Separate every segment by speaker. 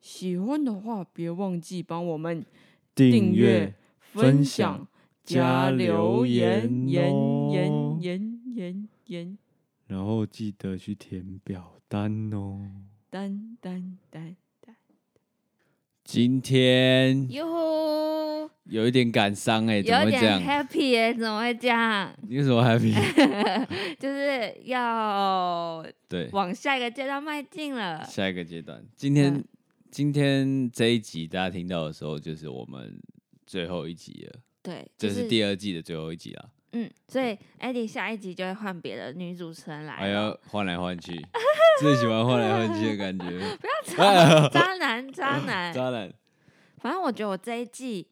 Speaker 1: 喜欢的话，别忘记帮我们
Speaker 2: 订阅、
Speaker 1: 分
Speaker 2: 分
Speaker 1: 享
Speaker 2: 享、
Speaker 1: 加
Speaker 2: 加
Speaker 1: 留
Speaker 2: 留
Speaker 1: 言、
Speaker 2: 言
Speaker 1: 言
Speaker 2: 哦
Speaker 1: 言言言言，
Speaker 2: 然后记得去填表单哦。
Speaker 1: 单单单单。
Speaker 3: 今天
Speaker 4: 哟呼，
Speaker 3: 有一点感伤哎、怎么
Speaker 4: 有
Speaker 3: 会这
Speaker 4: 点
Speaker 3: 样？
Speaker 4: happy 耶、怎么会这样？
Speaker 3: 你为什么 happy？
Speaker 4: 就是要
Speaker 3: 对，
Speaker 4: 往下一个阶段迈进了。
Speaker 3: 下一个阶段，今天、
Speaker 4: 嗯
Speaker 3: 今天这一集大家听到的时候，就是我们最后一集了，
Speaker 4: 对，
Speaker 3: 这
Speaker 4: 就是
Speaker 3: 第二季的最后一集啦。
Speaker 4: 嗯，所以艾迪下一集就会换别的女主持人来
Speaker 3: 哎
Speaker 4: 了。
Speaker 3: 呀，换来换去， 最喜欢换来换去的 感觉。哎
Speaker 4: 渣男，渣 男，
Speaker 3: 渣男，
Speaker 4: 反正我觉得我这一季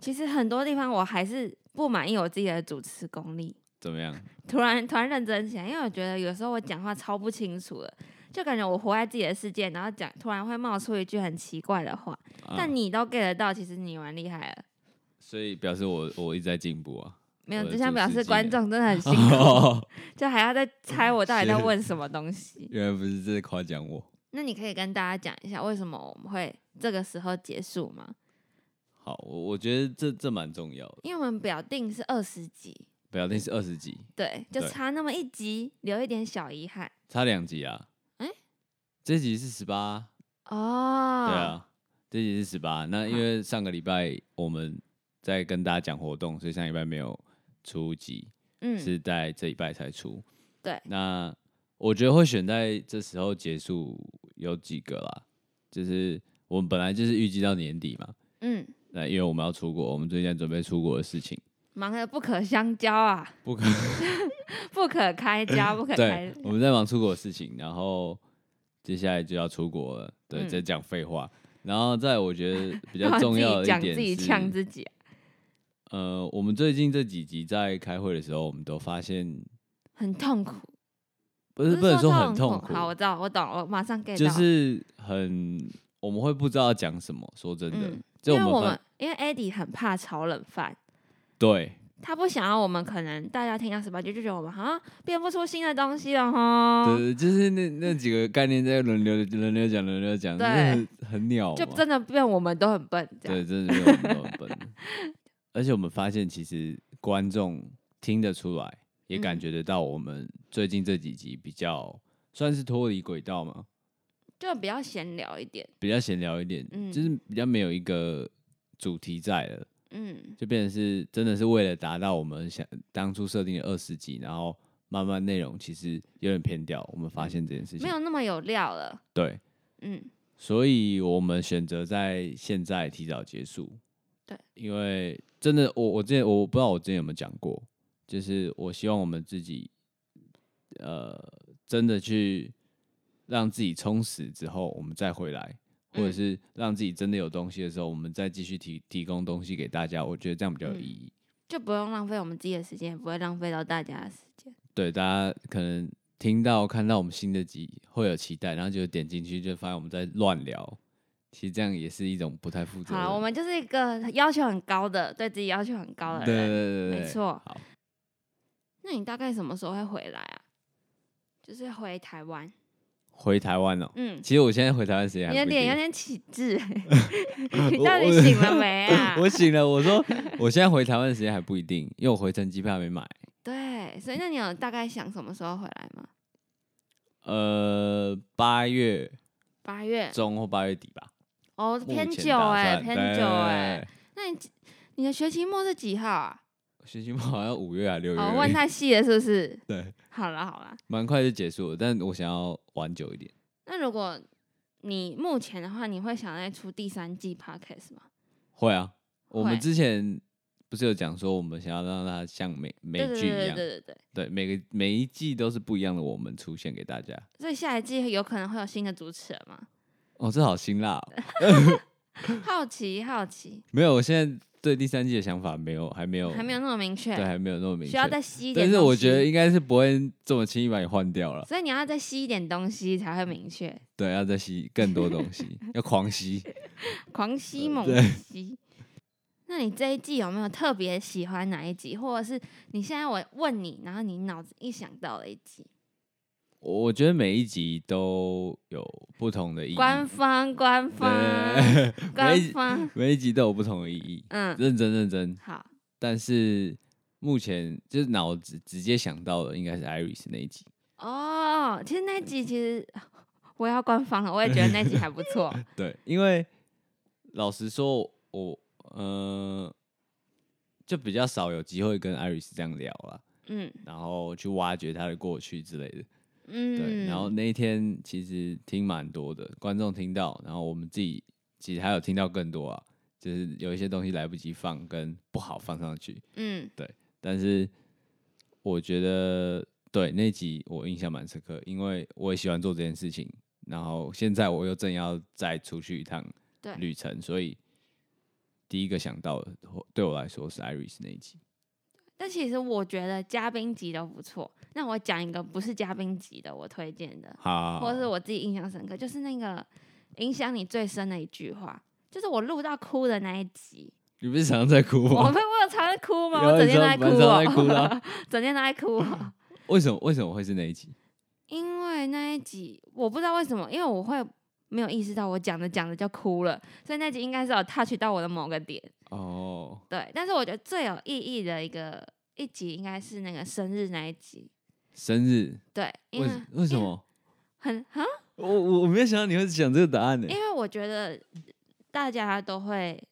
Speaker 4: 其实很多地方我还是不满意我自己的主持功力。
Speaker 3: 怎么样？
Speaker 4: 突然突然认真起来，因为我觉得有时候我讲话超不清楚的，就感觉我活在自己的世界，然后讲突然会冒出一句很奇怪的话，
Speaker 3: 啊
Speaker 4: 但你都 get 得到，其实你蛮厉害了。
Speaker 3: 所以表示我我一直在进 步啊。
Speaker 4: 没有，
Speaker 3: 我的
Speaker 4: 只想表
Speaker 3: 主持
Speaker 4: 示
Speaker 3: 技
Speaker 4: 观
Speaker 3: 能
Speaker 4: 众真的很辛 苦，
Speaker 3: 哦，
Speaker 4: 就还要再猜我到底在
Speaker 3: 是
Speaker 4: 问什么东西。
Speaker 3: 原来不是在夸奖我。
Speaker 4: 那你可以跟大家讲一下为什么我们会这个时候结束吗？
Speaker 3: 好，我我觉得这这蛮重要的。
Speaker 4: 因为我们表定是二十集，
Speaker 3: 表定是二十集，
Speaker 4: 对，就
Speaker 3: 对
Speaker 4: 差那么一集，留一点小遗憾
Speaker 3: 差两集啊。
Speaker 4: 哎
Speaker 3: 这集是十八，
Speaker 4: 哦。
Speaker 3: 对，啊，这集是十八。那因为上个礼拜我们在跟大家讲活动，所以上礼拜没有出集，
Speaker 4: 嗯，
Speaker 3: 是在这礼拜才出。
Speaker 4: 对
Speaker 3: 那我觉得会选在这时候结束有几个啦，就是我们本来就是预计到年底嘛，
Speaker 4: 嗯，
Speaker 3: 那因为我们要出国，我们最近在准备出国的事情，
Speaker 4: 忙得不可相交啊，
Speaker 3: 不可
Speaker 4: 不 可开交，不可
Speaker 3: 对
Speaker 4: 开。，
Speaker 3: 我们在忙出国的事情，然后接下来就要出国了，对，
Speaker 4: 嗯
Speaker 3: 在讲废话。然后再我觉得比
Speaker 4: 干嘛
Speaker 3: 较重要的一
Speaker 4: 自己讲
Speaker 3: 点
Speaker 4: 自己呛
Speaker 3: 是，
Speaker 4: 自己啊、
Speaker 3: 呃，我们最近这几集在开会的时候，我们都发现，
Speaker 4: 很痛苦，
Speaker 3: 不是
Speaker 4: 不
Speaker 3: 不能说
Speaker 4: 说
Speaker 3: 很
Speaker 4: 痛
Speaker 3: 痛苦，
Speaker 4: 好，我知道，我懂，我马上 get 到。
Speaker 3: 就是很我们会不知道讲什么。说真的
Speaker 4: 嗯，
Speaker 3: 就
Speaker 4: 因为我
Speaker 3: 发
Speaker 4: 们因为 Eddie 很怕炒冷饭，
Speaker 3: 对
Speaker 4: 他不想要我们可能大家听到十八就就觉得我们好像变不出新的东西了哈，
Speaker 3: 对，就是那那几个概念在轮流轮流讲轮流讲，
Speaker 4: 对
Speaker 3: 真的很鸟嘛，啊
Speaker 4: 就真的变我们都很笨这样。
Speaker 3: 对，真的没有那么笨。 而且我们发现，其实观众听得出来，也感
Speaker 4: 嗯
Speaker 3: 觉得到，我们最近这几集比较算是脱离轨道嘛，
Speaker 4: 就比较闲聊一点，
Speaker 3: 比较闲聊一点，
Speaker 4: 嗯
Speaker 3: 就是比较没有一个主题在了，
Speaker 4: 嗯，
Speaker 3: 就变成是真的是为了达到我们想当初设定的二十集，然后慢慢内容其实有点偏掉，我们发现这件事情
Speaker 4: 嗯没有那么有料了，
Speaker 3: 对，
Speaker 4: 嗯，
Speaker 3: 所以我们选择在现在提早结束。
Speaker 4: 对，
Speaker 3: 因为真的，我我之前我不知道我之前有没有讲过，就是我希望我们自己，呃，真的去让自己充实之后，我们再回来，或者
Speaker 4: 嗯
Speaker 3: 是让自己真的有东西的时候，我们再继续提提供东西给大家。我觉得这样比较有
Speaker 4: 嗯
Speaker 3: 意义。
Speaker 4: 就不用浪费我们自己的时间，也不会浪费到大家的时间。
Speaker 3: 对，大家可能听到看到我们新的集会有期待，然后就点进去就发现我们在乱聊。其实这样也是一种不太负责
Speaker 4: 好
Speaker 3: 任。
Speaker 4: 了，我们就是一个要求很高的，对自己要求很高的
Speaker 3: 对
Speaker 4: 人。
Speaker 3: 对对对，
Speaker 4: 没错
Speaker 3: 好，
Speaker 4: 那你大概什么时候会回来啊？就是回台湾。
Speaker 3: 回台湾了。
Speaker 4: 嗯，
Speaker 3: 其实我现在回台湾时间还
Speaker 4: 你的
Speaker 3: 不一
Speaker 4: 脸有
Speaker 3: 定
Speaker 4: 点起质 欸，你
Speaker 3: 我
Speaker 4: 到底
Speaker 3: 我 ？
Speaker 4: 醒了没啊
Speaker 3: 我醒了，我 说我现在回台湾的时间还不一定，因为我回程机票还没买。
Speaker 4: 对，所以那你有大概想什么时候回来吗？
Speaker 3: 呃，八月
Speaker 4: 八月
Speaker 3: 中或八月底吧，
Speaker 4: 哦，
Speaker 3: 目
Speaker 4: 偏
Speaker 3: 前
Speaker 4: 久
Speaker 3: 打
Speaker 4: 哎、
Speaker 3: 算
Speaker 4: 偏
Speaker 3: 对
Speaker 4: 久
Speaker 3: 对
Speaker 4: 哎、
Speaker 3: 对
Speaker 4: 那你你的学期末是几号啊？
Speaker 3: 学期末好像五月还六月而已，
Speaker 4: 哦，问太细了是不是？
Speaker 3: 对，
Speaker 4: 好了好了，
Speaker 3: 蛮快就结束了，但我想要玩久一点。
Speaker 4: 那如果你目前的话，你会想再出第三季 podcast 吗？
Speaker 3: 会啊，我们
Speaker 4: 会
Speaker 3: 之前不是有讲说，我们想要让它像美美
Speaker 4: 对对
Speaker 3: 剧一
Speaker 4: 对对
Speaker 3: 样，
Speaker 4: 对对。
Speaker 3: 对，每个每一季都是不一样的我们出现给大家。
Speaker 4: 所以下一季有可能会有新的主持人吗？
Speaker 3: 哦，这好辛辣、哦。
Speaker 4: 好奇好奇，
Speaker 3: 没有，我现在对第三季的想法没有，还没有，
Speaker 4: 还没有那么明确，
Speaker 3: 对，还没有那么明确。
Speaker 4: 需要再吸一点。
Speaker 3: 但是我觉得，应该是不会这么轻易把你换掉了。
Speaker 4: 所以你要再吸一点东西才会明确，
Speaker 3: 对，要再 吸更多东西，要狂吸。
Speaker 4: 狂吸猛
Speaker 3: 呃对
Speaker 4: 吸。那你这一季有没有特别喜欢哪一集，或者是你现在我问你，然后你脑子一想到了一集？
Speaker 3: 我我觉得每一集都有不同的意义，
Speaker 4: 官方，官
Speaker 3: 对
Speaker 4: 方，
Speaker 3: 每
Speaker 4: 官
Speaker 3: 一集
Speaker 4: 方，
Speaker 3: 每一集都有不同的意义，
Speaker 4: 嗯，
Speaker 3: 认真认真。
Speaker 4: 好，
Speaker 3: 但是目前就是脑子直接想到的应该是 Iris 那一集，
Speaker 4: 哦，其实那一集其实我要官方了，我也觉得那集还不 错，
Speaker 3: 对，因为老实说，我呃就比较少有机会跟 Iris 这样聊了，
Speaker 4: 嗯
Speaker 3: 然后去挖掘她的过去之类的。
Speaker 4: 嗯，
Speaker 3: 对，然后那一天其实听蛮多的，观众听到，然后我们自己其实还有听到更多啊，就是有一些东西来不及放，跟不好放上去。
Speaker 4: 嗯
Speaker 3: 但是我觉得对那集我印象蛮深刻，因为我也喜欢做这件事情，然后现在我又正要再出去一趟
Speaker 4: 对
Speaker 3: 旅程，所以第一个想到的对我来说是 Iris 那一集。
Speaker 4: 但其实我觉得嘉宾级都不错。那我讲一个不是嘉宾级的，我推荐的，
Speaker 3: 好，
Speaker 4: 或是我自己印象深刻，就是那个影响你最深的一句话，就是我录到哭的那一 集。
Speaker 3: 你不是常常在哭
Speaker 4: 我
Speaker 3: 吗？
Speaker 4: 会我有常在哭吗？
Speaker 3: 有啊
Speaker 4: 我整
Speaker 3: 你
Speaker 4: 天都在
Speaker 3: 常
Speaker 4: 哭、
Speaker 3: 蛮常在哭的
Speaker 4: 哦
Speaker 3: 啊， 嗯
Speaker 4: 整天都在哭、哦。
Speaker 3: 为什么为什么会是那一集？
Speaker 4: 因为那一集我不知道为什么，因为我会没有意识到我讲着讲着就哭了，所以那集应该是有 touch 到我的某个点。
Speaker 3: 哦，
Speaker 4: 对，但是我觉得最有意义的一个一集应该是那个生日那一集。
Speaker 3: 生日
Speaker 4: 对，因
Speaker 3: 为
Speaker 4: 为
Speaker 3: 为什
Speaker 4: 因
Speaker 3: 么？
Speaker 4: 很啊，
Speaker 3: 我我我没有想到你会讲这个答案呢、
Speaker 4: 因为我觉得大家都会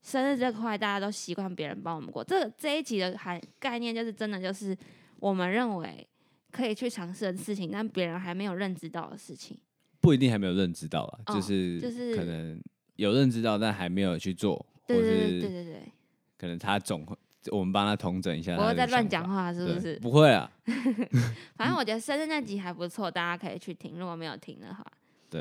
Speaker 4: 生日这块，大家都习惯别人帮我们过。这这一集的含概念就是真的就是我们认为可以去尝试的事情，但别人还没有认知到的事情。
Speaker 3: 不一定还没有认知到啦，
Speaker 4: 哦
Speaker 3: 是
Speaker 4: 就是
Speaker 3: 可能有认知到，但还没有去做，
Speaker 4: 对
Speaker 3: 或
Speaker 4: 对对
Speaker 3: 是
Speaker 4: 对对对，
Speaker 3: 可能他总会我们帮他统整一下他
Speaker 4: 我
Speaker 3: 的想法。
Speaker 4: 又在乱讲话是
Speaker 3: 对嗯
Speaker 4: 不是？
Speaker 3: 不会啊，
Speaker 4: 反正我觉得生日那集还不错，大家可以去听。如果没有听的话，
Speaker 3: 对，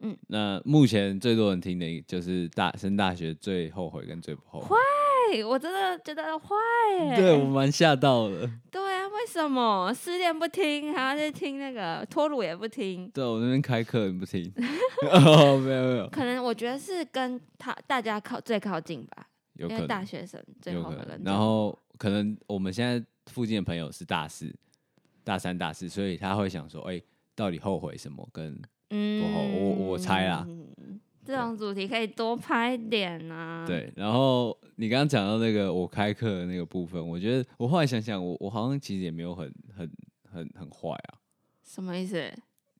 Speaker 4: 嗯
Speaker 3: 嗯。那目前最多人听的就是大升大学最后悔跟最不后悔，
Speaker 4: 哎，我真的觉得坏耶、
Speaker 3: 对我蛮吓到的。
Speaker 4: 对啊，为什么失恋不听，还要去听那个脱乳也不听？
Speaker 3: 对我那边开课你不 听，哦，没有没有，
Speaker 4: 可能我觉得是跟他大家靠最靠近吧，
Speaker 3: 有
Speaker 4: 因
Speaker 3: 可
Speaker 4: 为大
Speaker 3: 能，
Speaker 4: 学生最
Speaker 3: 有
Speaker 4: 后
Speaker 3: 可
Speaker 4: 可能
Speaker 3: 能。
Speaker 4: 就
Speaker 3: 然后可能我们现在附近的朋友是大四、大三、大四，所以他会想说，哎、到底后悔什么？跟
Speaker 4: 嗯
Speaker 3: 好我我猜啦
Speaker 4: 嗯这种主题可以多拍点啊。，
Speaker 3: 对，然后你刚刚讲到那个我开课的那个部分，我觉得我后来想想，我我好像其实也没有很很很很坏啊。
Speaker 4: 什么意思？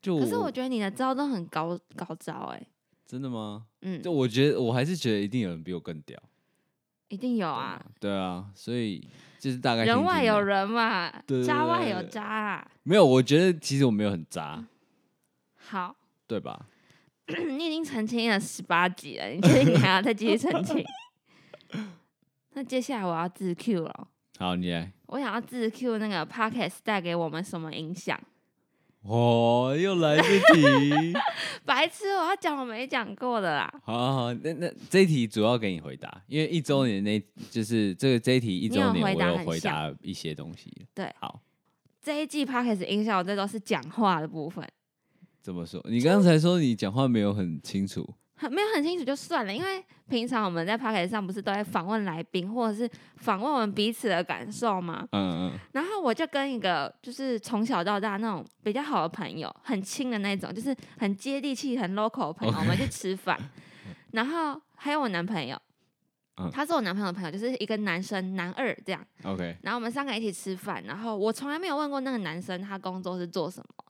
Speaker 3: 就
Speaker 4: 可是我觉得你的招都很高高招哎、
Speaker 3: 真的吗？
Speaker 4: 嗯，
Speaker 3: 就我觉得我还是觉得一定有人比我更屌。
Speaker 4: 一定有啊，
Speaker 3: 对啊，所以就是大概听
Speaker 4: 人
Speaker 3: 听
Speaker 4: 外有
Speaker 3: 啊，
Speaker 4: 人嘛，
Speaker 3: 对对
Speaker 4: 渣
Speaker 3: 对
Speaker 4: 外
Speaker 3: 对
Speaker 4: 有
Speaker 3: 对
Speaker 4: 渣、啊。
Speaker 3: 没有？我觉得其实我没有很渣，
Speaker 4: 好，
Speaker 3: 对吧？
Speaker 4: 你已经澄清了十八集了，你确定你还要再继续澄清？ 那接下来我要自 Q 了，
Speaker 3: 好，你来。
Speaker 4: 我想要自 Q 那个 Podcast 带给我们什么影响？
Speaker 3: 哦，又来这题，
Speaker 4: 白痴，我要讲我没讲过的啦。
Speaker 3: 好好好，那那这一题主要给你回答，因为一周年那就是这个这一题一
Speaker 4: 你
Speaker 3: 周
Speaker 4: 有
Speaker 3: 年，
Speaker 4: 回
Speaker 3: 我
Speaker 4: 答
Speaker 3: 有
Speaker 4: 很
Speaker 3: 回答一些东西。
Speaker 4: 对
Speaker 3: 好，
Speaker 4: 这一季 Podcast 影响我最多是讲话的部分，
Speaker 3: 怎么说？你刚才说你讲话没有很清楚，
Speaker 4: 很没有很清楚就算了，因为平常我们在 Podcast 上不是都会访问来宾，或者是访问我们彼此的感受吗？
Speaker 3: 嗯嗯，
Speaker 4: 然后我就跟一个就是从小到大那种比较好的朋友，很亲的那种，就是很接地气、很 local 的朋友
Speaker 3: OK
Speaker 4: 我们去吃饭，然后还有我男朋友
Speaker 3: 嗯。
Speaker 4: 他是我男朋友的朋友，就是一个男生，男二这样。
Speaker 3: OK，
Speaker 4: 然后我们三个一起吃饭，然后我从来没有问过那个男生他工作是做什么，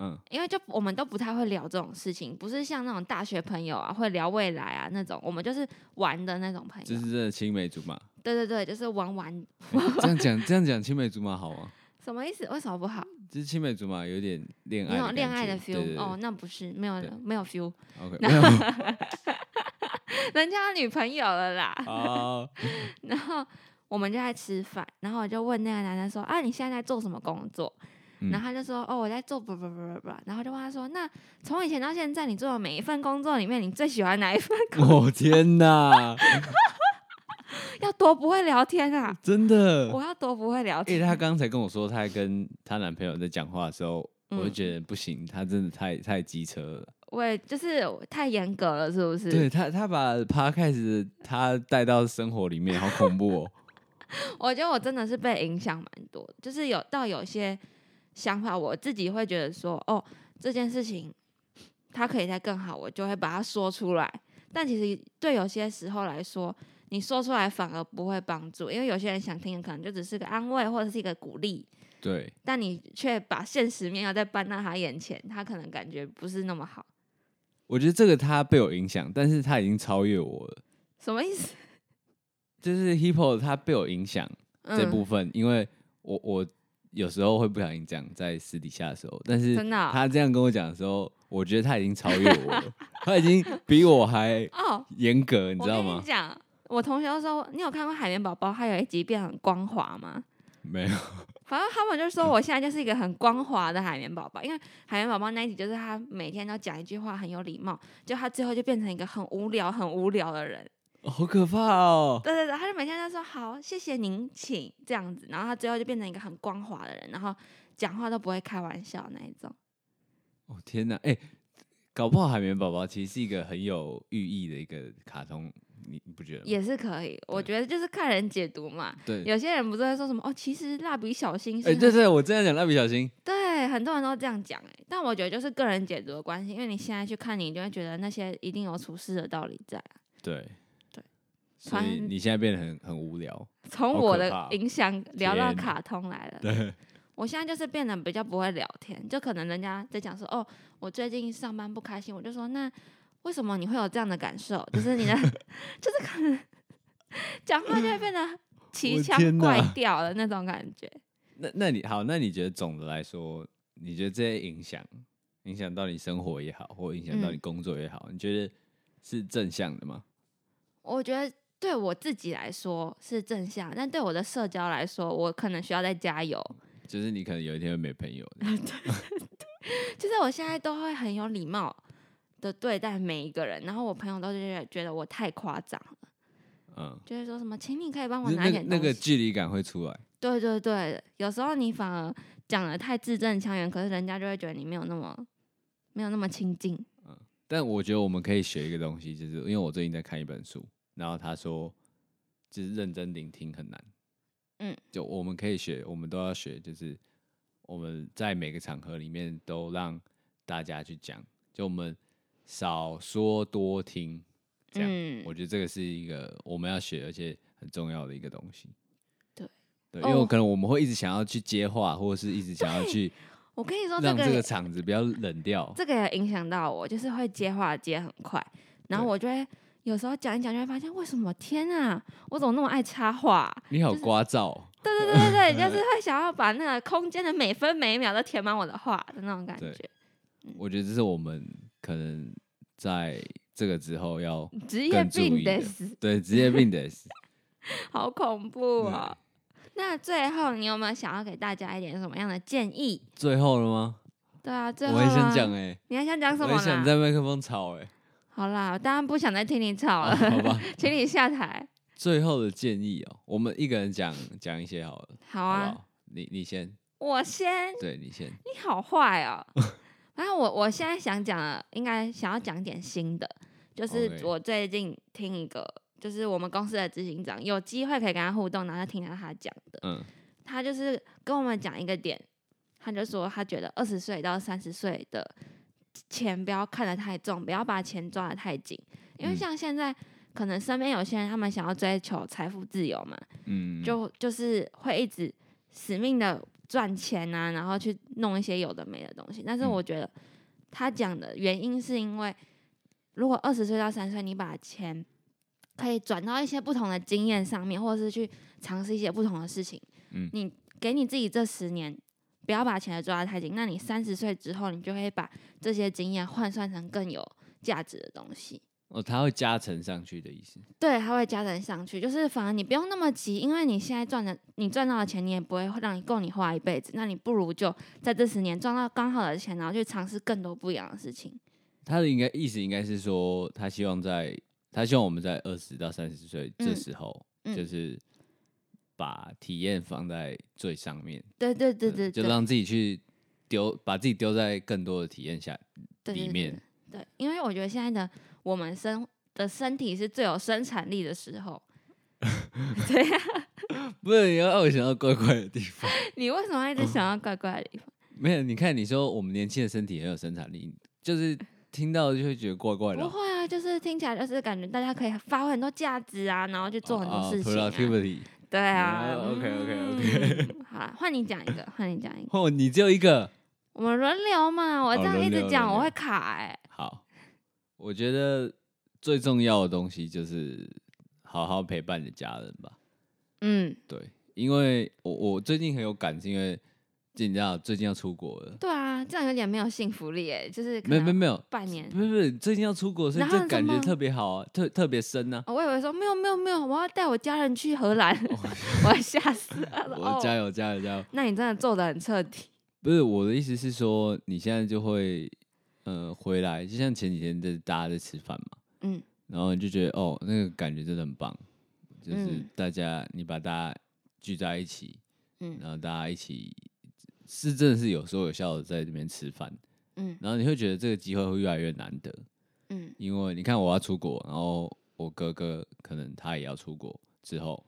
Speaker 3: 嗯
Speaker 4: 因为就我们都不太会聊这种事情，不是像那种大学朋友啊会聊未来啊那种，我们就是玩的那种朋
Speaker 3: 这
Speaker 4: 友
Speaker 3: 是。真的青梅竹 马。
Speaker 4: 对对对，就是玩玩，
Speaker 3: 这样讲，这样讲青梅竹马好吗？
Speaker 4: 什么意思？为什么不好？
Speaker 3: 就是青梅竹马有点恋
Speaker 4: 没
Speaker 3: 爱
Speaker 4: 有
Speaker 3: 感觉，
Speaker 4: 恋爱的
Speaker 3: 对
Speaker 4: feel
Speaker 3: 对
Speaker 4: 哦，那不是没有
Speaker 3: 对
Speaker 4: 没有 feel，
Speaker 3: 对 OK，没有
Speaker 4: 人家有女朋友了 啦。
Speaker 3: 好，
Speaker 4: 然后我们就在吃饭，然后我就问那个男生说：“啊，你现在在做什么工作？”
Speaker 3: 嗯
Speaker 4: 然后他就说：“哦，我在做不不不不不。”然后就问他说：“那从以前到现在，你做的每一份工作里面，你最喜欢哪一份工 作？
Speaker 3: 我天哪，
Speaker 4: 要多不会聊天啊！
Speaker 3: 真的
Speaker 4: 我！要多不会聊
Speaker 3: 诶，
Speaker 4: 天。啊
Speaker 3: 她刚才跟我说，她在跟她男朋友在讲话的时候，我就
Speaker 4: 嗯
Speaker 3: 觉得不行，她真的太太机车了。
Speaker 4: 我也就是太严格了，是不是？
Speaker 3: 对他，他把 podcast 的他带到生活里面，好恐怖 哦！
Speaker 4: 我觉得我真的是被影响蛮多，就是有到有些想法，我自己会觉得说，哦，这件事情它可以再更好，我就会把它说出来。但其实对有些时候来说，你说出来反而不会帮助，因为有些人想听的可能就只是个安慰或者是一个鼓励，
Speaker 3: 对，
Speaker 4: 但你却把现实面要再搬到他眼前，他可能感觉不是那么好。
Speaker 3: 我觉得这个他被我影响，但是他已经超越我了。
Speaker 4: 什么意思？
Speaker 3: 就是 Hippo 他被我影响
Speaker 4: 嗯，
Speaker 3: 这部分，因为我我有时候会不小心讲在私底下的时候，但是
Speaker 4: 真的哦
Speaker 3: 他这样跟我讲的时候，我觉得他已经超越我了，他已经比我还
Speaker 4: 哦，
Speaker 3: 严格，你知道
Speaker 4: 我跟
Speaker 3: 吗
Speaker 4: 你？讲，我同学都说，你有看过《海绵宝宝》它有一集变很光滑吗？
Speaker 3: 没有，
Speaker 4: 反正他们就说我现在就是一个很光滑的海绵宝宝，因为海绵宝宝那一集就是他每天都讲一句话很有礼貌，就他最后就变成一个很无聊、很无聊的人。
Speaker 3: 好可怕哦！
Speaker 4: 对对对，他就每天都说好，谢谢您，请这样子，然后他最后就变成一个很光滑的人，然后讲话都不会开玩笑那一种。
Speaker 3: 哦天哪，哎、搞不好海绵宝宝其实是一个很有寓意的一个卡通，你你不觉得吗？
Speaker 4: 也是可以，我觉得就是看人解读嘛。
Speaker 3: 对，
Speaker 4: 有些人不是会说什么哦，其实蜡笔小新是
Speaker 3: 哎、
Speaker 4: 很、
Speaker 3: 对对，我真的讲蜡笔小新，
Speaker 4: 对，很多人都这样讲哎、但我觉得就是个人解读的关系，因为你现在去看，你就会觉得那些一定有处事的道理在。啊
Speaker 3: 对
Speaker 4: 对，
Speaker 3: 所以
Speaker 4: 穿
Speaker 3: 你现在变得很很无聊，
Speaker 4: 从
Speaker 3: 好
Speaker 4: 我
Speaker 3: 可
Speaker 4: 的
Speaker 3: 怕哦
Speaker 4: 影响聊到
Speaker 3: 天哪
Speaker 4: 卡通来了。
Speaker 3: 对，
Speaker 4: 我现在就是变得比较不会聊天，就可能人家在讲说，哦，我最近上班不开心，我就说那为什么你会有这样的感受？就 是你的，就是可能讲话就会变得奇
Speaker 2: 我
Speaker 4: 腔
Speaker 2: 天哪
Speaker 4: 怪调的那种感觉。
Speaker 3: 那那你好，那你觉得总的来说，你觉得这些影响，影响到你生活也好，或影响到
Speaker 4: 嗯
Speaker 3: 你工作也好，你觉得是正向的吗？
Speaker 4: 我觉得对我自己来说是正向，但对我的社交来说，我可能需要再加油。
Speaker 3: 就是你可能有一天会没朋友，
Speaker 4: 啊就是我现在都会很有礼貌的对待每一个人，然后我朋友都觉得觉得我太夸张了，
Speaker 3: 嗯，
Speaker 4: 就会说什么，请你可以帮我
Speaker 3: 就是
Speaker 4: 拿
Speaker 3: 那
Speaker 4: 一
Speaker 3: 个
Speaker 4: 点
Speaker 3: 那
Speaker 4: 东西。
Speaker 3: 个距离感会出来，
Speaker 4: 对对对，有时候你反而讲的太字正腔圆，可是人家就会觉得你没有那么没有那么亲近。
Speaker 3: 但我觉得我们可以学一个东西，就是因为我最近在看一本书，然后他说，就是认真聆听很难。
Speaker 4: 嗯，
Speaker 3: 就我们可以学，我们都要学，就是我们在每个场合里面都让大家去讲，就我们少说多听，这样。
Speaker 4: 嗯
Speaker 3: 我觉得这个是一个我们要学而且很重要的一个东西。
Speaker 4: 对，
Speaker 3: 对，
Speaker 4: 哦
Speaker 3: 因为可能我们会一直想要去接话，或者是一直想要去
Speaker 4: 我跟你说，这
Speaker 3: 让
Speaker 4: 个
Speaker 3: 这
Speaker 4: 也
Speaker 3: 个场子不要冷掉。
Speaker 4: 这个也影响到我，就是会接话接很快，然后
Speaker 3: 对
Speaker 4: 我就会有时候讲一讲就会发现，为什么天啊，我怎么那么爱插话啊、
Speaker 3: 你好
Speaker 4: 就是
Speaker 3: 聒噪哦。
Speaker 4: 对对对对 对，就是会想要把那个空间的每分每秒都填满我的话的那种感
Speaker 3: 对
Speaker 4: 觉。
Speaker 3: 我觉得这是我们可能在这个之后要
Speaker 4: 职业
Speaker 3: 更注
Speaker 4: 病
Speaker 3: 意
Speaker 4: 得
Speaker 3: 的
Speaker 4: 死，
Speaker 3: 对职业病的
Speaker 4: 好恐怖哦！那最后，你有没有想要给大家一点什么样的建议？
Speaker 3: 最后了吗？
Speaker 4: 对啊，最后
Speaker 3: 我很想
Speaker 4: 啦
Speaker 3: 讲，哎、
Speaker 4: 你还想讲什
Speaker 3: 我
Speaker 4: 么
Speaker 3: 很想
Speaker 4: 啦？
Speaker 3: 在麦克风吵 哎、
Speaker 4: 好啦，我当然不想再听你吵了，
Speaker 3: 啊 好吧。
Speaker 4: 请你下台。
Speaker 3: 最后的建议哦、我们一个人讲讲一些好了，
Speaker 4: 好
Speaker 3: 好
Speaker 4: 啊，
Speaker 3: 不好？你你先，
Speaker 4: 我先，
Speaker 3: 对你先，
Speaker 4: 你好坏哦。反正我我现在想讲的，应该想要讲点新的，就是
Speaker 3: OK
Speaker 4: 我最近听一个，就是我们公司的执行长，有机会可以跟他互动，然后听到他讲的，
Speaker 3: 嗯
Speaker 4: 他就是跟我们讲一个点，他就说他觉得二十岁到三十岁的钱不要看得太重，不要把钱抓得太紧，因为
Speaker 3: 嗯
Speaker 4: 像现在可能身边有些人他们想要追求财富自由嘛，
Speaker 3: 嗯，
Speaker 4: 就就是会一直死命的赚钱啊，然后去弄一些有的没的东西。但是
Speaker 3: 嗯
Speaker 4: 我觉得他讲的原因是因为，如果二十岁到三十岁，你把钱可以转到一些不同的经验上面，或者是去尝试一些不同的事情，
Speaker 3: 嗯
Speaker 4: 你给你自己这十年。不要把钱抓得太紧，那你三十岁之后，你就会把这些经验换算成更有价值的东西。
Speaker 3: 哦，它会加成上去的意思。
Speaker 4: 对，它会加成上去，就是反而你不用那么急，因为你现在赚的，你赚到的钱，你也不会让你够你花一辈子，那你不如就在这十年赚到刚好的钱，然后去尝试更多不一样的事情。
Speaker 3: 他的应该意思应该是说，他希望在他希望我们在二十到三十岁这
Speaker 4: 嗯
Speaker 3: 时候，
Speaker 4: 嗯
Speaker 3: 就是把体验放在最上面，
Speaker 4: 对对对对，
Speaker 3: 嗯就
Speaker 4: 对
Speaker 3: 让自己去丢，把自己丢在更多的体验下
Speaker 4: 对对
Speaker 3: 里
Speaker 4: 对
Speaker 3: 面
Speaker 4: 对，因为我觉得现在的我们身的身体是最有生产力的时候。 对呀、
Speaker 3: 不是你要让我想到怪怪的地方。
Speaker 4: 你为什么一直想要怪怪的地方？
Speaker 3: 没有，你看你说我们年轻的身体很有生产力，就是听到就会觉得怪怪的
Speaker 4: 不
Speaker 3: 啊。
Speaker 4: 会啊，就是听起来就是感觉大家可以发挥很多价值啊，然后去做很多事情、
Speaker 3: 啊 productivity
Speaker 4: 对啊
Speaker 3: 啊，OK，OK，OK
Speaker 4: 嗯好啦，换你讲一个，换你讲一个，
Speaker 3: 哦，你只有一个。
Speaker 4: 我们轮流嘛，我
Speaker 3: 哦
Speaker 4: 这样
Speaker 3: 轮
Speaker 4: 一直
Speaker 3: 流
Speaker 4: 讲
Speaker 3: 轮
Speaker 4: 我会
Speaker 3: 流
Speaker 4: 卡哎、
Speaker 3: 好，我觉得最重要的东西就是好好陪伴你的家人吧。
Speaker 4: 嗯，
Speaker 3: 对，因为我我最近很有感，是因为就你知道最近要出国了，
Speaker 4: 对啊，这样有点没有幸福力哎、就是可
Speaker 3: 没有没有
Speaker 4: 能
Speaker 3: 没有，
Speaker 4: 半年
Speaker 3: 不是不是，最近要出国，所以
Speaker 4: 然后
Speaker 3: 这感
Speaker 4: 怎
Speaker 3: 觉
Speaker 4: 么
Speaker 3: 特别好啊，特特别深呐、
Speaker 4: 哦，我以为说没有没有没有，我要带我家人去荷兰， 我吓死了。
Speaker 3: 哦 我加
Speaker 4: 哦，
Speaker 3: 油加油加油！
Speaker 4: 那你真的做的很彻底。
Speaker 3: 不是我的意思是说，你现在就会呃回来，就像前几天在大家在吃饭嘛，
Speaker 4: 嗯，
Speaker 3: 然后你就觉得哦，那个感觉真的很棒，就是
Speaker 4: 嗯
Speaker 3: 大家、你把大家聚在一起，
Speaker 4: 嗯
Speaker 3: 然后大家一起是真的是有说有笑的在这边吃饭，
Speaker 4: 嗯
Speaker 3: 然后你会觉得这个机会会越来越难得，
Speaker 4: 嗯
Speaker 3: 因为你看我要出国，然后我哥哥可能他也要出国之后，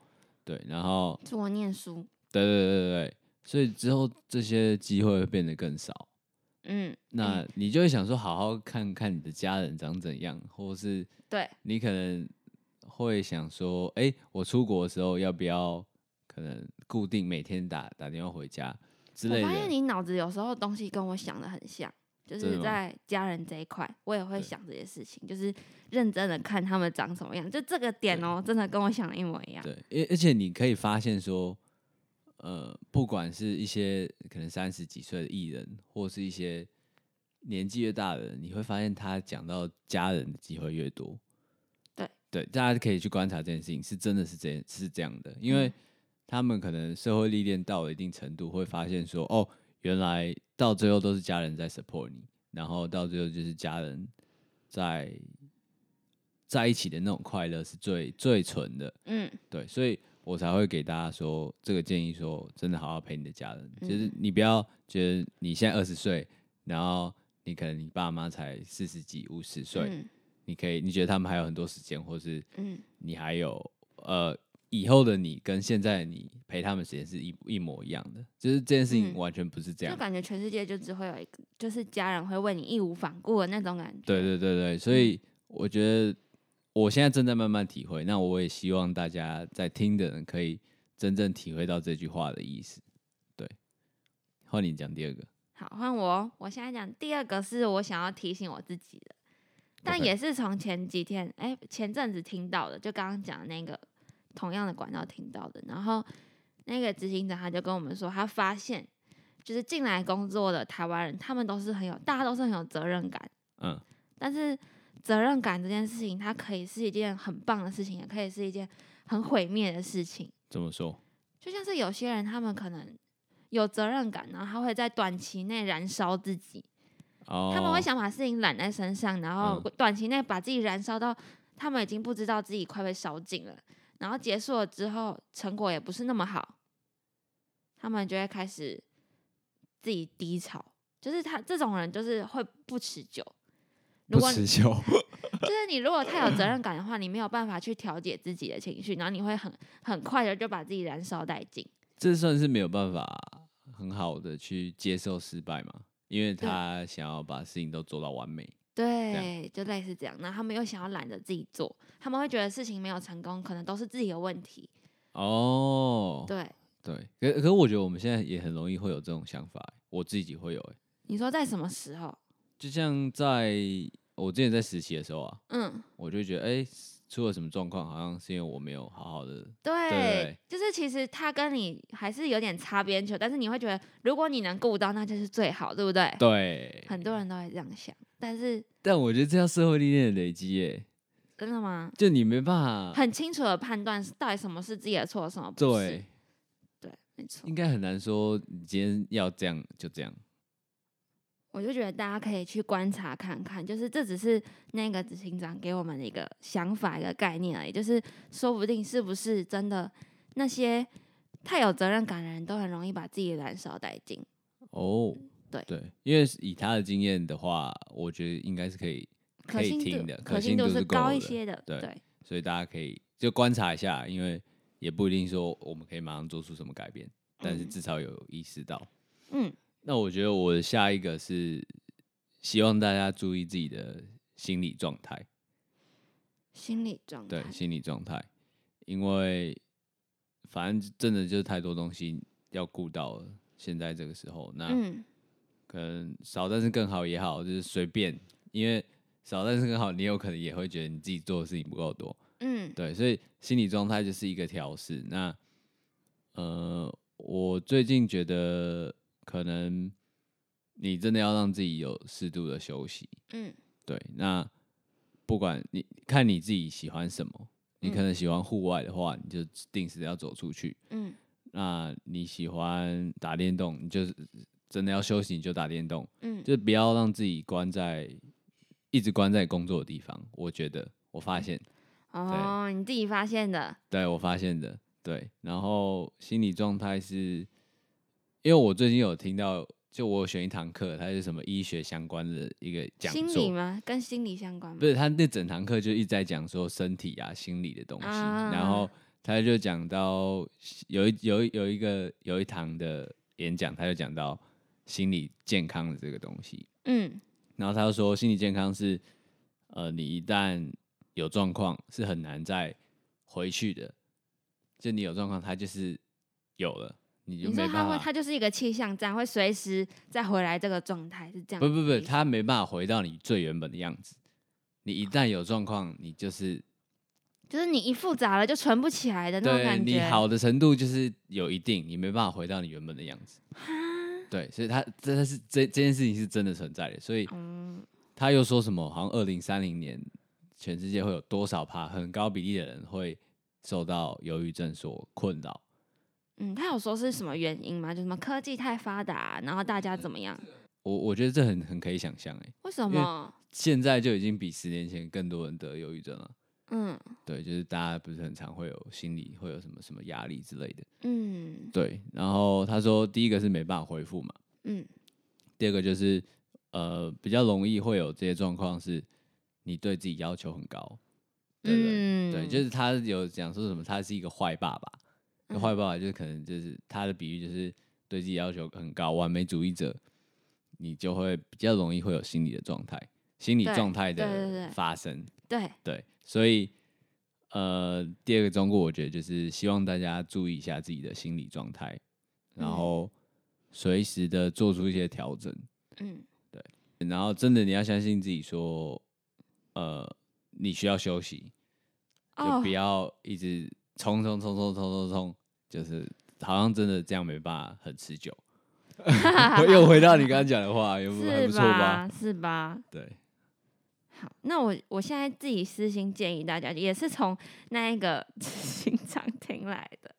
Speaker 3: 对，然后
Speaker 4: 出国念书，
Speaker 3: 对对对对对，所以之后这些机会会变得更少。
Speaker 4: 嗯，
Speaker 3: 那你就会想说，好好看看你的家人长怎样，或是
Speaker 4: 对，
Speaker 3: 你可能会想说，哎、我出国的时候要不要可能固定每天打打电话回家之类
Speaker 4: 我发现
Speaker 3: 的？
Speaker 4: 你脑子有时候东西跟我想的很像，就
Speaker 3: 真的
Speaker 4: 是
Speaker 3: 吗
Speaker 4: 在家人这一块，我也会
Speaker 3: 对
Speaker 4: 想这些事情，就是认真的看他们长什么样，就这个点
Speaker 3: 对
Speaker 4: 哦、真的跟我想的一模一样。
Speaker 3: 对，而而且你可以发现说，呃，不管是一些可能三十几岁的艺人，或是一些年纪越大的人，你会发现他讲到家人的机会越多。
Speaker 4: 对
Speaker 3: 对，大家可以去观察这件事情，是真的是这是这样的，因为
Speaker 4: 嗯
Speaker 3: 他们可能社会历练到了一定程度，会发现说，哦，原来到最后都是家人在 support 你，然后到最后就是家人在在一起的那种快乐是最最纯的。
Speaker 4: 嗯，
Speaker 3: 对，所以我才会给大家说这个建议说真的好好陪你的家人，就是
Speaker 4: 嗯
Speaker 3: 你不要觉得你现在二十岁，然后你可能你爸妈才四十几、五十岁，
Speaker 4: 嗯
Speaker 3: 你可以你觉得他们还有很多时间，或是
Speaker 4: 嗯
Speaker 3: 你还有呃以后的你跟现在的你陪他们时间是一一模一样的，就是这件事情
Speaker 4: 嗯
Speaker 3: 完全不是这样
Speaker 4: 就。感觉全世界就只会有一个，就是家人会为你义无反顾的那种感觉。
Speaker 3: 对对对对，
Speaker 4: 嗯
Speaker 3: 所以我觉得我现在正在慢慢体会，那我也希望大家在听的人可以真正体会到这句话的意思。对，换你讲第二个，
Speaker 4: 好，换我哦。我现在讲第二个是我想要提醒我自己的，但
Speaker 3: OK
Speaker 4: 也是从前几天，哎、前阵子听到的，就刚刚讲的那个同样的管道听到的。然后那个执行长他就跟我们说，他发现就是进来工作的台湾人，他们都是很有，大家都是很有责任感，
Speaker 3: 嗯，
Speaker 4: 但是责任感这件事情，它可以是一件很棒的事情，也可以是一件很毁灭的事情。
Speaker 3: 怎么说？
Speaker 4: 就像是有些人，他们可能有责任感，然后他会在短期内燃烧自己，
Speaker 3: 哦，嗯
Speaker 4: 他们会想把事情揽在身上，然后短期内把自己燃烧到他们已经不知道自己快被烧尽了，然后结束了之后，成果也不是那么好，他们就会开始自己低潮。就是他这种人，就是会不持久。如
Speaker 3: 不
Speaker 4: 果
Speaker 3: 持久，
Speaker 4: 就是你如果太有责任感的话，你没有办法去调节自己的情绪，然后你会很很快的就把自己燃烧殆尽。
Speaker 3: 这算是没有办法很好的去接受失败嘛，因为他想要把事情都做到完美。样
Speaker 4: 对，就类似这样。然后他们又想要懒得自己做，他们会觉得事情没有成功，可能都是自己的问题。
Speaker 3: 哦，
Speaker 4: 对，
Speaker 3: 对，可可是我觉得我们现在也很容易会有这种想法，我自己会有、欸，
Speaker 4: 你说在什么时候？
Speaker 3: 就像在我之前在实习的时候啊，
Speaker 4: 嗯，
Speaker 3: 我就觉得，哎、出了什么状况？好像是因为我没有好好的，
Speaker 4: 对，
Speaker 3: 对
Speaker 4: 就是其实他跟你还是有点擦边球，但是你会觉得，如果你能顾到，那就是最好，对不对？
Speaker 3: 对。
Speaker 4: 很多人都会这样想，但是
Speaker 3: 但我觉得这叫社会历练的累积，耶，
Speaker 4: 真的吗？
Speaker 3: 就你没办法，
Speaker 4: 很清楚的判断是到底什么是自己的错，什么不是。
Speaker 3: 对，
Speaker 4: 对，没错
Speaker 3: 应。该很难说你今天要这样就这样。
Speaker 4: 我就觉得大家可以去观察看看，就是这只是那个执行长给我们的一个想法、一个概念而已，就是说不定是不是真的那些太有责任感的人都很容易把自己燃烧殆尽。
Speaker 3: 哦，对，因为以他的经验的话，我觉得应该是可以，
Speaker 4: 可
Speaker 3: 以
Speaker 4: 信
Speaker 3: 听
Speaker 4: 度
Speaker 3: 的可
Speaker 4: 可
Speaker 3: 信度
Speaker 4: 度
Speaker 3: 是
Speaker 4: 是
Speaker 3: 够
Speaker 4: 高一
Speaker 3: 的
Speaker 4: 些的，
Speaker 3: 对所以大家可以就观察一下，因为也不一定说我们可以马上做出什么改变，但是
Speaker 4: 嗯
Speaker 3: 至少有意识到。
Speaker 4: 嗯，
Speaker 3: 那我觉得我的下一个是希望大家注意自己的心理状态，
Speaker 4: 心理状态
Speaker 3: 对，心理状态，因为反正真的就是太多东西要顾到了。现在这个时候，那、
Speaker 4: 嗯，
Speaker 3: 可能少但是更好也好，就是随便，因为少但是更好，你有可能也会觉得你自己做的事情不够多，
Speaker 4: 嗯，
Speaker 3: 对，所以心理状态就是一个调试。那呃，我最近觉得可能你真的要让自己有适度的休息，
Speaker 4: 嗯，
Speaker 3: 对，那不管你看你自己喜欢什么，你可
Speaker 4: 嗯
Speaker 3: 能喜欢户外的话，你就定时要走出去，
Speaker 4: 嗯，
Speaker 3: 那你喜欢打电动，你就是真的要休息，你就打电动。
Speaker 4: 嗯，
Speaker 3: 就不要让自己关在一直关在工作的地方。我觉得我发现，
Speaker 4: 哦，你自己发现的，
Speaker 3: 对我发现的，对。然后心理状态是，因为我最近有听到，就我有选一堂课，它是什么医学相关的一个讲
Speaker 4: 心理
Speaker 3: 座。
Speaker 4: 吗？跟心理相关吗？
Speaker 3: 不是，他那整堂课就一直在讲说身体啊、心理的东西，
Speaker 4: 啊
Speaker 3: 然后他就讲到有一有一有一个有一堂的演讲，他就讲到心理健康的这个东西。
Speaker 4: 嗯
Speaker 3: 然后他就说，心理健康是，呃，你一旦有状况，是很难再回去的。就你有状况，它就是有了，你就
Speaker 4: 你
Speaker 3: 没
Speaker 4: 说
Speaker 3: 办
Speaker 4: 他会，
Speaker 3: 法。
Speaker 4: 他就是一个气象站，会随时再回来这个状态，是这样
Speaker 3: 不
Speaker 4: 的意
Speaker 3: 不
Speaker 4: 思？
Speaker 3: 不，他没办法回到你最原本的样子。你一旦有状况，你就是
Speaker 4: 就是你一复杂了就存不起来的那种
Speaker 3: 对
Speaker 4: 感觉。
Speaker 3: 你好的程度就是有一定，你没办法回到你原本的样子。
Speaker 4: 哈，
Speaker 3: 对，所以他真的是这这件事情是真的存在的，所以
Speaker 4: 嗯，
Speaker 3: 他又说什么？好像二零三零年，全世界会有多少趴很高比例的人会受到忧郁症所困扰？
Speaker 4: 嗯，他有说是什么原因吗？就什么科技太发达，然后大家怎么样？
Speaker 3: 我我觉得这很很可以想象哎，
Speaker 4: 为什
Speaker 3: 因为
Speaker 4: 么？
Speaker 3: 现在就已经比十年前更多人得忧郁症了。
Speaker 4: 嗯
Speaker 3: 对，就是大家不是很常会有心理会有什么什么压力之类的。
Speaker 4: 嗯
Speaker 3: 对，然后他说第一个是没办法恢复嘛，
Speaker 4: 嗯
Speaker 3: 第二个就是呃比较容易会有这些状况是，你对自己要求很高，对不对？
Speaker 4: 嗯，
Speaker 3: 对，就是他有讲说什么，他是一个坏爸爸，那
Speaker 4: 嗯
Speaker 3: 坏爸爸就是可能就是他的比喻就是对自己要求很高，完美主义者，你就会比较容易会有心理的状态，心理
Speaker 4: 对
Speaker 3: 状态
Speaker 4: 对对
Speaker 3: 的
Speaker 4: 对
Speaker 3: 发生，
Speaker 4: 对，
Speaker 3: 对，所以呃，第二个忠告我觉得就是希望大家注意一下自己的心理状态，然
Speaker 4: 嗯
Speaker 3: 后随时的做出一些调整，
Speaker 4: 嗯
Speaker 3: 然后真的你要相信自己说，呃，你需要休息，就
Speaker 4: 哦
Speaker 3: 不，要一直冲冲冲冲冲冲冲，就是好像真的这样没办法很持 久。我又回到你刚刚讲的话，也不还
Speaker 4: 是
Speaker 3: 不错吧？？
Speaker 4: 是吧？
Speaker 3: 对，
Speaker 4: 好，那我我现在自己私心建议大家，也是从那一个 执行长听来的。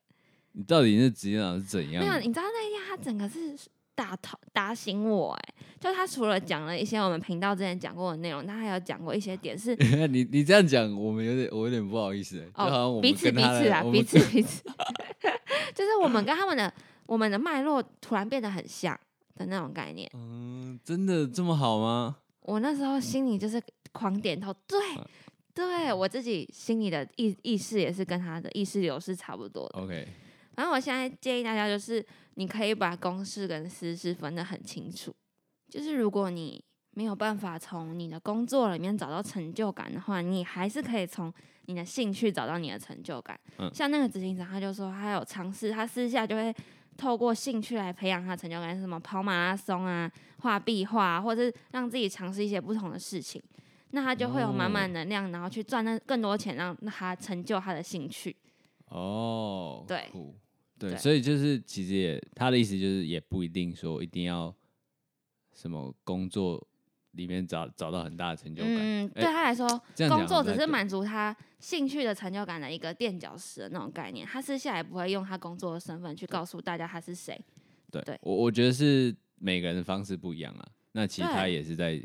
Speaker 3: 你到底那执行长是怎样
Speaker 4: 没？有，你知道那一天他整个是打头打醒我、哎，就他除了讲了一些我们频道之前讲过的内容，他还有讲过一些点是
Speaker 3: 你你这样讲，我们有点我有点不好意思、欸，就好像
Speaker 4: 哦
Speaker 3: 我，们
Speaker 4: 彼此
Speaker 3: 跟
Speaker 4: 彼
Speaker 3: 他
Speaker 4: 此
Speaker 3: 的
Speaker 4: 啊，
Speaker 3: 我
Speaker 4: 彼
Speaker 3: 们
Speaker 4: 此彼此， 就是我们跟他们的我们的脉络突然变得很像的那种概念。
Speaker 3: 嗯，真的这么好吗？
Speaker 4: 我那时候心里就是狂点头，对
Speaker 3: 嗯。
Speaker 4: 对我自己心里的意意识也是跟他的意识流是差不多的。
Speaker 3: OK，
Speaker 4: 反正我现在建议大家就是，你可以把公事跟私事分得很清楚。就是如果你没有办法从你的工作里面找到成就感的话，你还是可以从你的兴趣找到你的成就感。
Speaker 3: 嗯
Speaker 4: 像那个执行长，他就说他有尝试，他私下就会透过兴趣来培养他成就感，什么跑马拉松啊、画壁画、啊，或者是让自己尝试一些不同的事情。那他就会有满
Speaker 3: 哦
Speaker 4: 满能量，然后去赚那更多钱，让他成就他的兴趣。
Speaker 3: 哦，
Speaker 4: 对
Speaker 3: 酷，对，
Speaker 4: 对
Speaker 3: 所以就是其实也他的意思就是也不一定说一定要什么工作里面找找到很大的成就感，
Speaker 4: 嗯，
Speaker 3: 哎
Speaker 4: 对他来说，
Speaker 3: 这样讲
Speaker 4: 工
Speaker 3: 好
Speaker 4: 作只
Speaker 3: 像
Speaker 4: 是
Speaker 3: 对
Speaker 4: 满足他兴趣的成就感的一个垫脚石的那种概念，他私下也不会用他工作的身份去告诉大家他是谁。
Speaker 3: 对，
Speaker 4: 对
Speaker 3: 我我觉得是每个人的方式不一样啊。那其实他
Speaker 4: 对
Speaker 3: 也是在，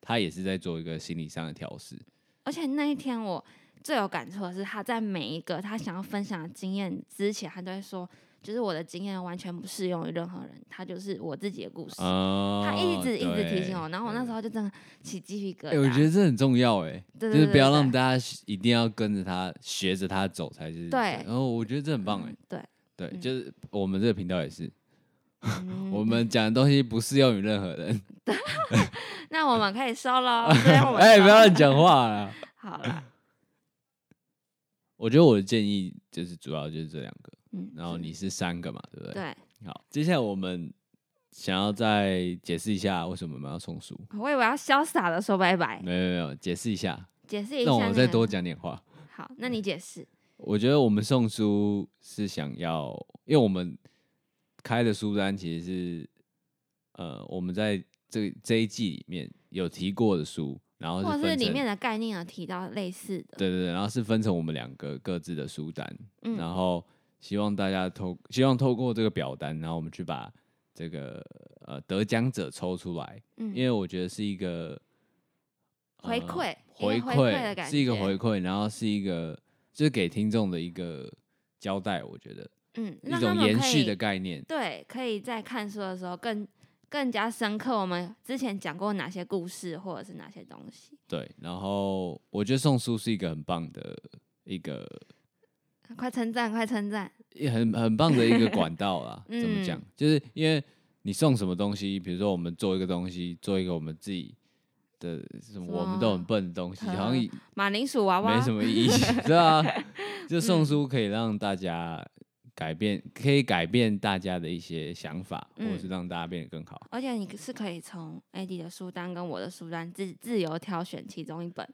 Speaker 3: 他也是在做一个心理上的调试。
Speaker 4: 而且那一天我最有感触的是，他在每一个他想要分享的经验之前，他都会说，就是我的经验完全不适用于任何人，它就是我自己的故事。
Speaker 3: 啊，
Speaker 4: 他一直一直提醒
Speaker 3: 对
Speaker 4: 我，然后我那时候就真的起鸡皮疙瘩。
Speaker 3: 哎、我觉得这很重要哎、
Speaker 4: 对对
Speaker 3: 就是
Speaker 4: 对
Speaker 3: 不要
Speaker 4: 对
Speaker 3: 让大家一定要跟着他学着他走才是
Speaker 4: 对
Speaker 3: 然后我觉得这很棒哎、
Speaker 4: 嗯对，
Speaker 3: 对，
Speaker 4: 嗯
Speaker 3: 就是我们这个频道也是，
Speaker 4: 嗯
Speaker 3: 我们讲的东西不适用于任何人。
Speaker 4: 那我们可以 收喽。虽然我们
Speaker 3: 哎、
Speaker 4: 收
Speaker 3: 不要乱讲话啦！
Speaker 4: 好了，
Speaker 3: 我觉得我的建议就是主要就是这两个，
Speaker 4: 嗯，
Speaker 3: 然后
Speaker 4: 是
Speaker 3: 你是三个嘛，对不对？。
Speaker 4: 对，
Speaker 3: 好，接下来我们想要再解释一下为什么我们要送书。
Speaker 4: 我以为要潇洒的说拜拜，
Speaker 3: 没有没有没有，解释一下，
Speaker 4: 解释一下。
Speaker 3: 让我再多。讲点话。
Speaker 4: 好，那你解释。
Speaker 3: 我觉得我们送书是想要，因为我们开的书单其实是，呃，我们在这这一季里面有提过的书，然后
Speaker 4: 或
Speaker 3: 是
Speaker 4: 者是
Speaker 3: 分
Speaker 4: 里
Speaker 3: 成，
Speaker 4: 面的概念有提到类似的，
Speaker 3: 对对对，然后是分成我们两个各自的书单，
Speaker 4: 嗯
Speaker 3: 然后希望大家透，希望透过这个表单，然后我们去把这个呃得奖者抽出来，
Speaker 4: 嗯，
Speaker 3: 因为我觉得是一个、呃
Speaker 4: 回馈
Speaker 3: 回
Speaker 4: 一个回馈的感
Speaker 3: 是一个
Speaker 4: 觉
Speaker 3: 回馈，然后是一个就是给听众的一个交代，我觉得
Speaker 4: 嗯，
Speaker 3: 一
Speaker 4: 让他
Speaker 3: 种
Speaker 4: 们
Speaker 3: 延
Speaker 4: 可
Speaker 3: 续
Speaker 4: 以
Speaker 3: 的概念。
Speaker 4: 对，可以在看书的时候更更加深刻我们之前讲过哪些故事或者是哪些东西，
Speaker 3: 对，然后我觉得送书是一个很棒的一个
Speaker 4: 啊快称赞，快称赞，
Speaker 3: 也很很棒的一个管道 啦。怎么讲
Speaker 4: 嗯？
Speaker 3: 就是因为你送什么东西，比如说我们做一个东西，做一个我们自己的什么，我们都很笨的东西，
Speaker 4: 啊
Speaker 3: 好像也
Speaker 4: 马铃薯娃娃，
Speaker 3: 没什么意义， 是 啊。就
Speaker 4: 嗯
Speaker 3: 送书可以让大家改变，可以改变大家的一些想法，或者是
Speaker 4: 嗯
Speaker 3: 让大家变得更好。
Speaker 4: 而且你是可以从 AD 的书单跟我的书单自自由挑选其中一本，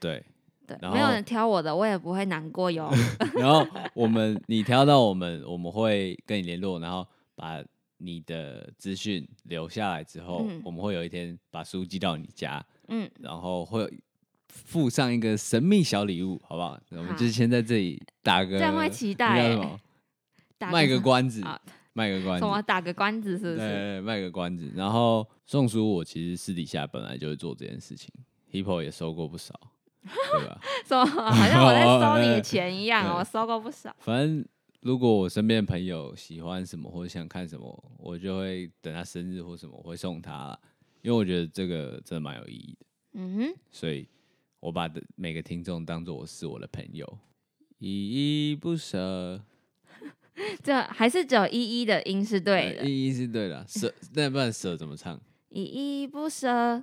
Speaker 3: 对，
Speaker 4: 对，
Speaker 3: 然
Speaker 4: 没有
Speaker 3: 后
Speaker 4: 人挑我的，我也不会难过 哟。
Speaker 3: 然后我们你挑到我们，我们会跟你联络，然后把你的资讯留下来之后，
Speaker 4: 嗯
Speaker 3: 我们会有一天把书寄到你家，
Speaker 4: 嗯，
Speaker 3: 然后会。附上一个神秘小礼物，好不好？我们就
Speaker 4: 好
Speaker 3: 先在这里打个，
Speaker 4: 这样会期待
Speaker 3: 那叫什
Speaker 4: 欸
Speaker 3: 么
Speaker 4: 打
Speaker 3: 卖
Speaker 4: 什
Speaker 3: 个
Speaker 4: 么
Speaker 3: 关子
Speaker 4: 啊，
Speaker 3: 卖个关
Speaker 4: 什
Speaker 3: 子，
Speaker 4: 么打个关子
Speaker 3: 对
Speaker 4: 是不 是？
Speaker 3: 对，卖个关子。然后送书，我其实私底下本来就会做这件事情，Hippo 也收过不少，对 吧？
Speaker 4: 什么好像我在收你
Speaker 3: 哎
Speaker 4: 的钱一样
Speaker 3: 对
Speaker 4: 哦，我收过不少。
Speaker 3: 反正如果我身边的朋友喜欢什么或者想看什么，我就会等他生日或什么，我会送他啦，因为我觉得这个真的蛮有意义的，
Speaker 4: 嗯哼，
Speaker 3: 所以我把的每个听众当做我是我的朋友，依依不舍。
Speaker 4: 这还是只有依依的音是对
Speaker 3: 呃
Speaker 4: 的，
Speaker 3: 依依是对的， 舍那不然舍怎么唱？
Speaker 4: 依依不舍，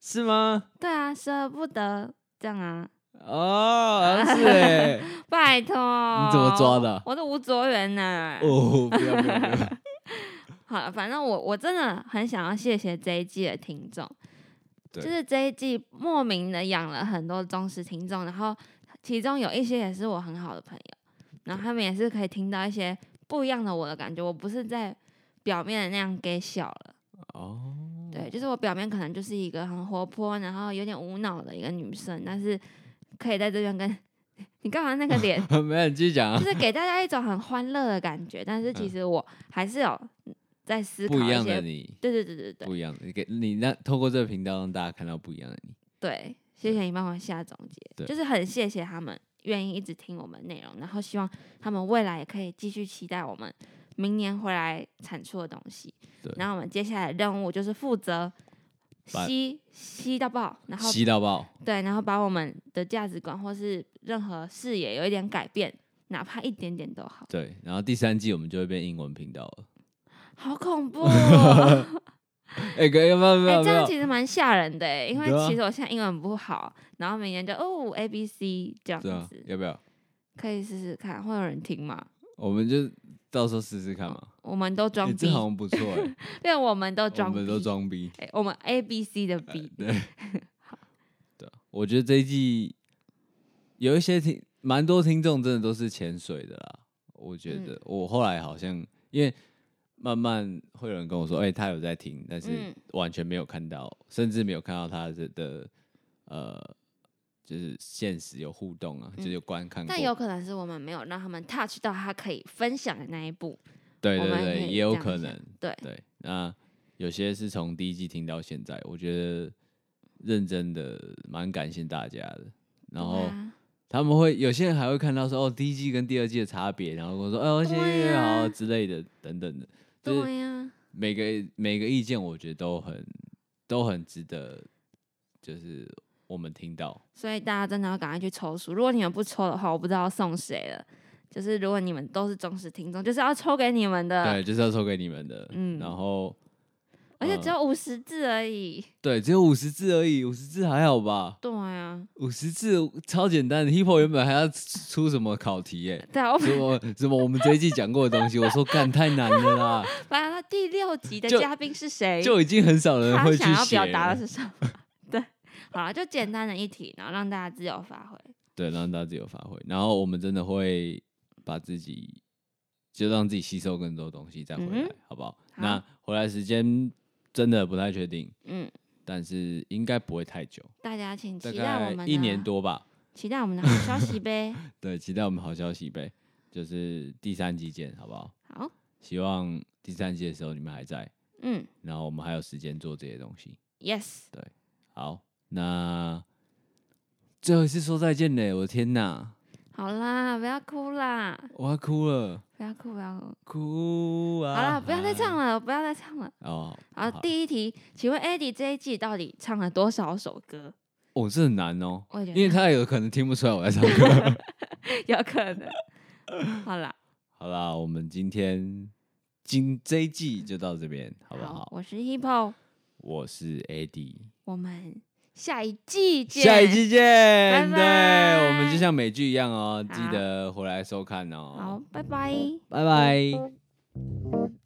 Speaker 3: 是吗？
Speaker 4: 对啊，舍不得这样啊，
Speaker 3: 哦，好 像是哎、
Speaker 4: 拜托，你
Speaker 3: 怎么抓的啊
Speaker 4: 我是吴卓源呐。
Speaker 3: 哦，不要不要不要，
Speaker 4: 好了，反正我我真的很想要谢谢这一季的听众， 就
Speaker 3: 对
Speaker 4: 是这一季莫名的养了很多忠实听众，然后其中有一些也是我很好的朋友，然后他们也是可以听到一些不一样的我的感觉，我不是在表面的那样给小了，
Speaker 3: 哦，
Speaker 4: 对，就是我表面可能就是一个很活泼，然后有点无脑的一个女生，但是可以在这边跟 你干嘛那个 脸，
Speaker 3: 没有，你继续讲啊
Speaker 4: 就，是给大家一种很欢乐的感觉，但是其实我还是有在思
Speaker 3: 嗯
Speaker 4: 考
Speaker 3: 不一样
Speaker 4: 些
Speaker 3: 的你，
Speaker 4: 对对对对对
Speaker 3: 不一样的，给你让透过这个频道让大家看到不一样的你。
Speaker 4: 对，谢谢你帮我下总结，
Speaker 3: 对
Speaker 4: 就是很谢谢他们愿意一直听我们内容，然后希望他们未来也可以继续期待我们明年回来产出的东西
Speaker 3: 对。
Speaker 4: 然后我们接下来的任务就是负责
Speaker 3: 把
Speaker 4: 吸吸到爆，然后
Speaker 3: 吸到 爆，
Speaker 4: 对，然后把我们的价值观或是任何视野有一点改变，哪怕一点点都好，
Speaker 3: 对，然后第三季我们就会变英文频道了。
Speaker 4: 好恐怖、哦。
Speaker 3: 哎、可以吗？没
Speaker 4: 哎、
Speaker 3: 有
Speaker 4: 这
Speaker 3: 没
Speaker 4: 样
Speaker 3: 有，
Speaker 4: 其实蛮吓人的哎，因为
Speaker 3: 对啊
Speaker 4: 其实我现在英文不好，然后每年就哦 A B C 这样
Speaker 3: 对啊
Speaker 4: 子，，
Speaker 3: 要不要？
Speaker 4: 可以试试看，会有人听吗？
Speaker 3: 我们就到时候试试看嘛。
Speaker 4: 我们都
Speaker 3: 哎
Speaker 4: 装逼
Speaker 3: 这，好像不错哎、
Speaker 4: 因为我们都 装
Speaker 3: 我
Speaker 4: 逼，
Speaker 3: 们都装 哎逼。
Speaker 4: 哎、我们 A B C 的 B，
Speaker 3: 对， 对啊，我觉得这一季有一些听蛮多听众真的都是潜水的啦。我觉得、
Speaker 4: 嗯
Speaker 3: 我后来好像因为慢慢会有人跟我说，哎、他有在听，但是
Speaker 4: 嗯
Speaker 3: 完全没有看到，甚至没有看到他的的呃，就是现实有互动啊，就是有观看过。
Speaker 4: 嗯但有可能是我们没有让他们 touch 到他可以分享的那一步，
Speaker 3: 对
Speaker 4: 我
Speaker 3: 对
Speaker 4: 们可
Speaker 3: 对，
Speaker 4: 以
Speaker 3: 也有
Speaker 4: 这样
Speaker 3: 可
Speaker 4: 想
Speaker 3: 能。
Speaker 4: 对
Speaker 3: 对，那有些是从第一季听到现在，我觉得认真的蛮感谢大家的。然后
Speaker 4: 哇
Speaker 3: 他们会有些人还会看到说哦，第一季跟第二季的差别，然后跟我说哦，现在越来越
Speaker 4: 对
Speaker 3: 好
Speaker 4: 啊
Speaker 3: 之类的，等等的，就是
Speaker 4: 对呀、啊
Speaker 3: 每个每个意见，我觉得都很都很值得，就是我们听到。
Speaker 4: 所以大家真的要赶快去抽书。如果你们不抽的话，我不知道送谁了。就是如果你们都是忠实听众，就是要抽给你们的，
Speaker 3: 对，就是要抽给你们的。
Speaker 4: 呃嗯
Speaker 3: 然后
Speaker 4: 而且只
Speaker 3: 嗯
Speaker 4: 有五十字而已。
Speaker 3: 对，只有五十字而已，五十字还好吧？
Speaker 4: 对啊，
Speaker 3: 五十字超简单的。Hippo 原本还要出什么考题耶、
Speaker 4: 对啊，我
Speaker 3: 什么什么我们这一季讲过的东西，我说干太难了 啦，
Speaker 4: 本来到第六集的
Speaker 3: 就
Speaker 4: 嘉宾是谁？
Speaker 3: 就已经很少人呃
Speaker 4: 他
Speaker 3: 会去
Speaker 4: 想要
Speaker 3: 写
Speaker 4: 表达
Speaker 3: 了
Speaker 4: 的。是什么？ 对，好了，就简单的一题，然后让大家自由发挥。
Speaker 3: 对，让大家自由发挥。然后我们真的会把自己，就让自己吸收更多东西再回来，
Speaker 4: 嗯哼
Speaker 3: 好不好？
Speaker 4: 好
Speaker 3: 那回来时间真的不太确定，
Speaker 4: 嗯，
Speaker 3: 但是应该不会太久，
Speaker 4: 大家请
Speaker 3: 大
Speaker 4: 期待
Speaker 3: 概
Speaker 4: 我们啊
Speaker 3: 一
Speaker 4: 的
Speaker 3: 年，多吧。
Speaker 4: 期待我们的好消 息呗。
Speaker 3: 对，期待我们好消息呗，就是第三季见，好不好？
Speaker 4: 好，
Speaker 3: 希望第三季的时候你们还在，
Speaker 4: 嗯
Speaker 3: 然后我们还有时间做这些东西。
Speaker 4: ，yes，
Speaker 3: 好，那最后一次说再见嘞！我的天哪，
Speaker 4: 好啦，不要哭啦，
Speaker 3: 我要哭了，
Speaker 4: 不要哭，不要哭。
Speaker 3: 哭啊！
Speaker 4: 好了，不要再唱了，不要再唱了。
Speaker 3: 哦。
Speaker 4: 好，第一题，请问 Eddie 这一季到底唱了多少首歌？
Speaker 3: 哦，这很难哦，
Speaker 4: 我也
Speaker 3: 因为
Speaker 4: 觉得
Speaker 3: 他有可能听不出来我在唱歌。
Speaker 4: 有可能。好啦，
Speaker 3: 好啦，我们今天今这一季就到这边，好 不好？
Speaker 4: 我是 Hippo，
Speaker 3: 我是 AD，
Speaker 4: 我们下一季见。
Speaker 3: 下一季见。
Speaker 4: 拜
Speaker 3: 对，
Speaker 4: 拜
Speaker 3: 我们就像美剧一样哦，记
Speaker 4: 好
Speaker 3: 得回来收看哦。
Speaker 4: 好，拜拜。
Speaker 3: 拜拜。